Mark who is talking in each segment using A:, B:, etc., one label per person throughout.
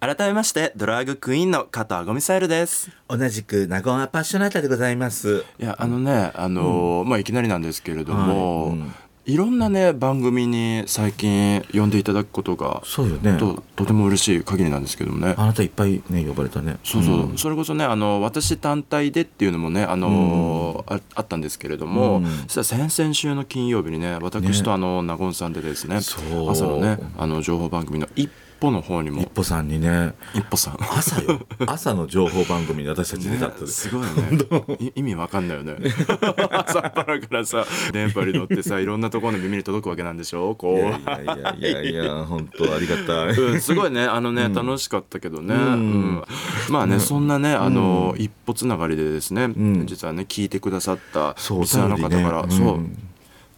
A: 改めましてドラァグクイーンの加藤アゴミサイルです
B: 同じくナゴンアパッショナータでございます。
A: いやあのねあのーまあいきなりなんですけれども、
B: はいいうん
A: ろんなね番組に最近呼んでいただくことが
B: そうよね
A: ととても嬉しい限りなんですけどもね
B: あなたいっぱいね呼ばれたね。
A: そうそう、
B: ん
A: それこそねあの私単体でっていうのもねあのー、ああったんですけれど
B: う
A: も、
B: ん
A: 実は先々週の金曜日にね私と
B: ね
A: あの納言さんでですね
B: そう
A: 朝のねあの情報番組の一歩の方に
B: 一
A: も
B: 歩さんにね
A: 一歩 さん
B: 朝よ 朝の情報番組に私たち出たって、
A: ね すごいねい意味わかんないよね 朝っぱらからさ電波に乗ってさいろんなところの耳に届くわけなんでしょこう
B: いやいやいやいやいや本当ありがた い。
A: うん、すごいねあのね、楽しかったけどね、
B: ん
A: うんまあね、そんなねあの、一歩つながりでですね、
B: ん
A: 実はね聞いてくださった
B: そう
A: リスナーの方から
B: お便りね
A: そう、
B: うん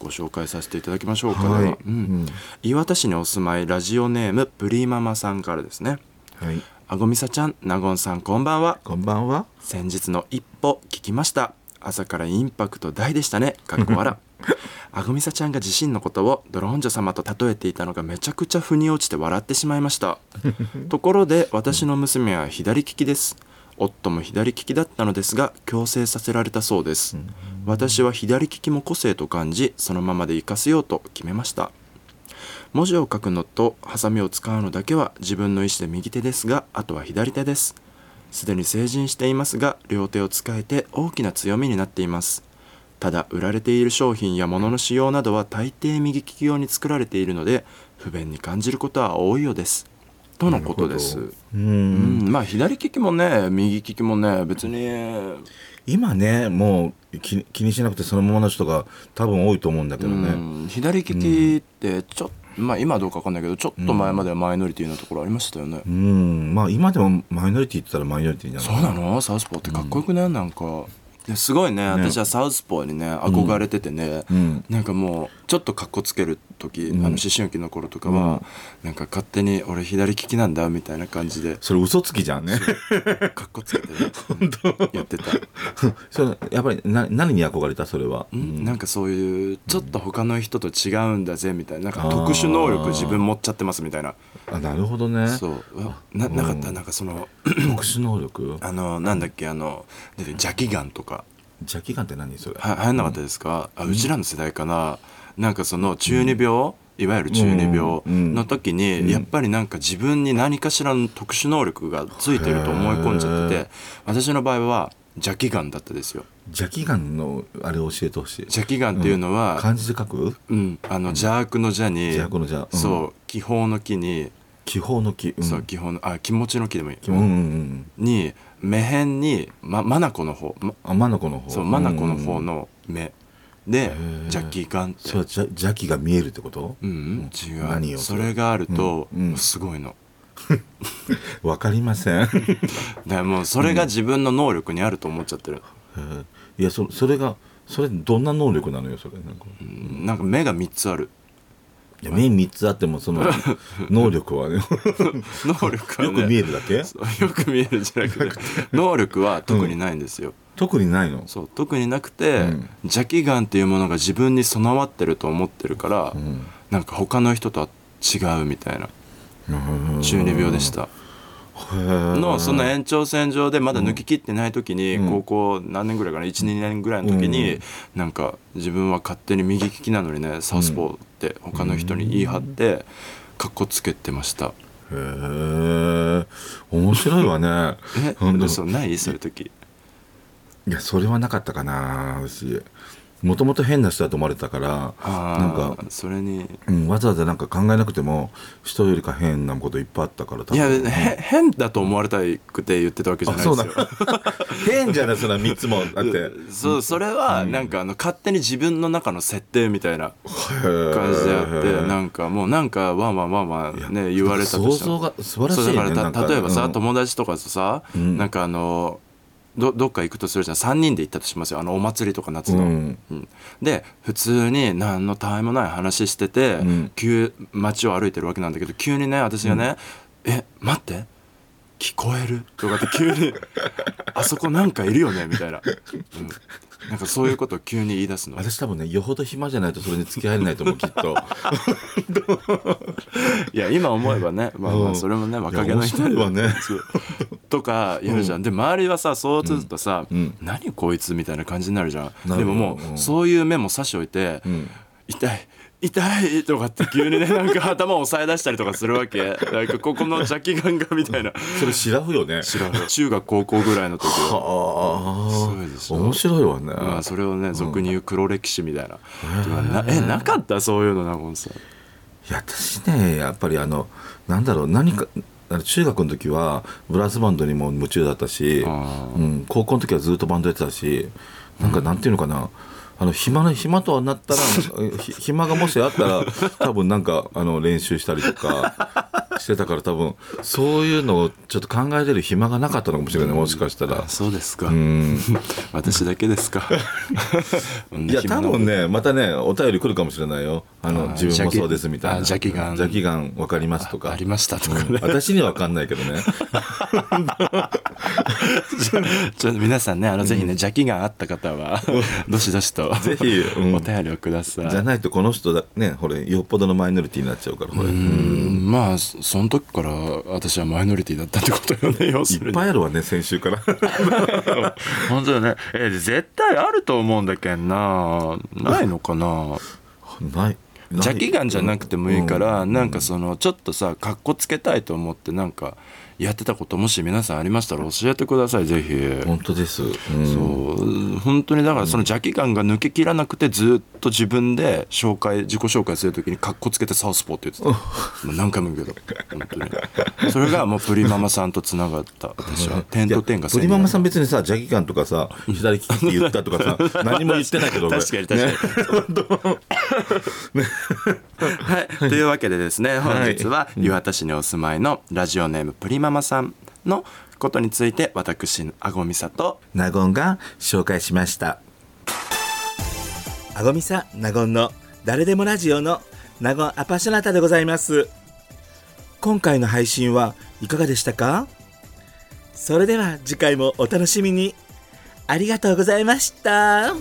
A: ご紹介させていただきましょうか、
B: はい
A: ではうん
B: うん
A: 岩田市にお住まいラジオネームプリママさんからですね
B: はい
A: あごみさちゃんなごんさんこんばんは
B: こんばんは。
A: 先日の一歩聞きました朝からインパクト大でしたねかっこ笑あぐみさちゃんが自身のことをドロンジョ様と例えていたのがめちゃくちゃ腑に落ちて笑ってしまいましたところで私の娘は左利きです夫も左利きだったのですが強制させられたそうです私は左利きも個性と感じそのままで活かせようと決めました文字を書くのとハサミを使うのだけは自分の意思で右手ですがあとは左手ですすでに成人していますが両手を使えて大きな強みになっていますただ売られている商品や物の使用などは大抵右利き用に作られているので不便に感じることは多いようですとのことです
B: う。
A: うんんまあ左利きもね右利きもね別に
B: 今ねもう気気にしなくてそのままの人が多分多いと思うんだけどね。
A: うん左利きってちょっと、まあ今はどうかわかんないけどちょっと前まではマイノリティなところありましたよね、
B: うんまあ今でもマイノリティって言ったらマイノリティなの
A: そうなのサウスポーってかっこよくない、なんかいやすごいね私はサウスポーにね憧れててね、
B: うん
A: なんかもうちょっとかっこつける時、あの思春期の頃とかは、なんか勝手に「俺左利きなんだ」みたいな感じで
B: それ嘘つきじゃんね。
A: かっこつけて、ね、うんやってた、
B: それやっぱりな何に憧れたそれは。
A: うんなんかそういうちょっと他の人と違うんだぜみたいななんか特殊能
B: あ
A: 力
B: ー
A: 自分持っちゃってますみたいな
B: あなるほどね。
A: そうななかった、なんかその
B: 特殊能力
A: あのなんだっけあの出て邪気眼とか
B: 邪気眼って何それ
A: は流行んなかったですか、うあうちらの世代かななんかその中二病、いわゆる中二病
B: うん
A: の時に、やっぱりなんか自分に何かしらの特殊能力がついてると思い込んじゃって
B: へ
A: て私の場合は邪気眼だったですよ
B: 邪気眼のあれを教えてほしい
A: 邪気眼っていうのは、
B: 漢字で書く
A: うん、あの邪悪の邪に、
B: 邪悪の邪うん
A: そう気泡の気に、
B: 気泡の気、うん、
A: そう気泡のあ気持ちの気でもいい
B: 気泡うんうんうん
A: に目辺に、ま、マナコの方、ま、
B: あマナコの方
A: そうマナコの方
B: うん
A: の目で
B: ー
A: 邪気眼って
B: そう邪邪気が見えるってこと
A: うんうん、違う
B: 何よ
A: そ
B: それ
A: れがあると、
B: うんうん
A: すごいの
B: わかりません へ
A: だからもうそれが自分の能力にあると思っちゃってる、
B: ーいやそそれがそれどんな能力なのよそれなんかい
A: うんなんか目が3つある
B: や目3つあってもその能力はね
A: 能力は、
B: よ
A: ね、
B: く見えるだけ
A: そうよく見えるじゃなくて 能力は特にないんですよ、
B: 特にないの
A: そう特になくて、
B: うん
A: 邪気眼っていうものが自分に備わってると思ってるから、
B: ん
A: なんか他の人とは違うみたいな中二病でした、の
B: の
A: その延長線上でまだ抜き切ってない時に、
B: うん
A: 高校何年ぐらいかな12年ぐらいの時に、
B: うん
A: なんか自分は勝手に右利きなのにねサウスポーって他の人に言い張ってかっこつけてました。
B: へえ面白いわね
A: え
B: 本当
A: 嘘ないそういう時
B: いやそれはなかったかな私もともと変な人だと思われてたからなん
A: あ
B: か
A: あ、それに
B: うん、わざわざなんか考えなくても人よりか変なこといっぱいあったから多
A: いや
B: 分
A: へ変だと思われたくて言ってたわけじゃ
B: あ
A: ない
B: そ
A: で
B: う
A: す
B: だ
A: よ。
B: 変じゃないそれは3つも あってへ
A: そうそれはなんかあの勝手に自分の中の設定みたいな
B: ー
A: 感じであってなんかもうなんかワンワンワンワンね言われたとして
B: 想像
A: も
B: が素晴らしいね
A: そうだから
B: なん
A: た
B: か
A: 例えばさ、
B: うん
A: 友達とかとさ、
B: ん
A: なんかあのどどっか行くとするじゃん3人で行ったとしますよあのお祭りとか夏の。
B: うん
A: うんで普通に何のたわいもない話してて、
B: うん
A: 急街を歩いてるわけなんだけど急にね私がね「え待って聞こえる?」とかって急 に「あそこなんかいるよね」みたいな、うん、なんかそういうことを急に言い出すの
B: 私多分ねよほど暇じゃないとそれに付き合えないと思うきっ と
A: いや今思えばねまあまあそれもね若気の至り
B: いや面白いわね
A: そうとかやるじゃん、で周りはさそうするとさ「
B: うん
A: 何こいつ」みたいな感じになるじゃん
B: な
A: で
B: る
A: ももう、
B: うん
A: そういう目も差し置いて、
B: うん
A: 痛い痛いとかって急 にねなんか頭を押さえ出したりとかするわけなんかここの邪気ガンがみたいな
B: それシラフよね
A: 知らん中学高校ぐらいの時は
B: は
A: そうでし
B: あ
A: ょ
B: 面白いわね、
A: まあ、それをね俗に言う黒歴史みたいな、なえなかったそういうのなこんさん
B: いや私ねやっぱりあのなんだろう何かあの中学の時はブラスバンドにも夢中だったし、う
A: あー
B: ん、高校の時はずっとバンドやってたしなんかなんていうのかな、あの暇な暇とはな ったらひ暇がもしあったら多分なんかあの練習したりとかしてたから多分そういうのをちょっと考えてる暇がなかったのかもしれないもしかしたら。
A: そうですか、
B: うん
A: 私だけですかい
B: い や多分ねまたねお便り来るかもしれないよあ
A: あー
B: の自分もそうですみたいな
A: 邪気あ邪
B: 邪気
A: 気眼
B: 眼わかりますとか
A: ありましたとか
B: うん
A: ね、
B: 私には分かんないけど ね
A: ちょっと皆さんねあのぜひね邪気があった方はどしどしと
B: ぜひ、うん
A: お便りをください
B: じゃないとこの人だねほれよっぽどのマイノリティになっちゃうからこれ、
A: うーんまあそその時から私はマイノリティだったってことよね要す
B: い
A: る
B: っ
A: に
B: ぱいあるわね先週から
A: 本当よねえ絶対あると思うんだけんなないのかな
B: ない
A: 邪気眼じゃなくてもいいから、
B: うん
A: なんかそのちょっとさかっこつけたいと思ってなんかやってたこともし皆さんありましたら教えてくださいぜひ、
B: 本当です、うん
A: そう本当にだからその邪気感が抜けきらなくてずっと自分で紹介自己紹介するときにかっこつけてサウスポーって言ってたもう何回も言うけど本当にそれがもうプリママさんとつながった私は点と点が
B: プリママさ
A: ん
B: ん別にさ邪気眼とかさ左利きって言ったと かさ何も言ってないけど俺
A: 確かに確かに、
B: ね
A: はいというわけでですね本日は岩田市にお住まいのラジオネームプリママさんのことについて私あごみさと
B: ナゴンが紹介しました
C: あごみさナゴンの誰でもラジオのナゴンアパショナタでございます今回の配信はいかがでしたかそれでは次回もお楽しみにありがとうございました。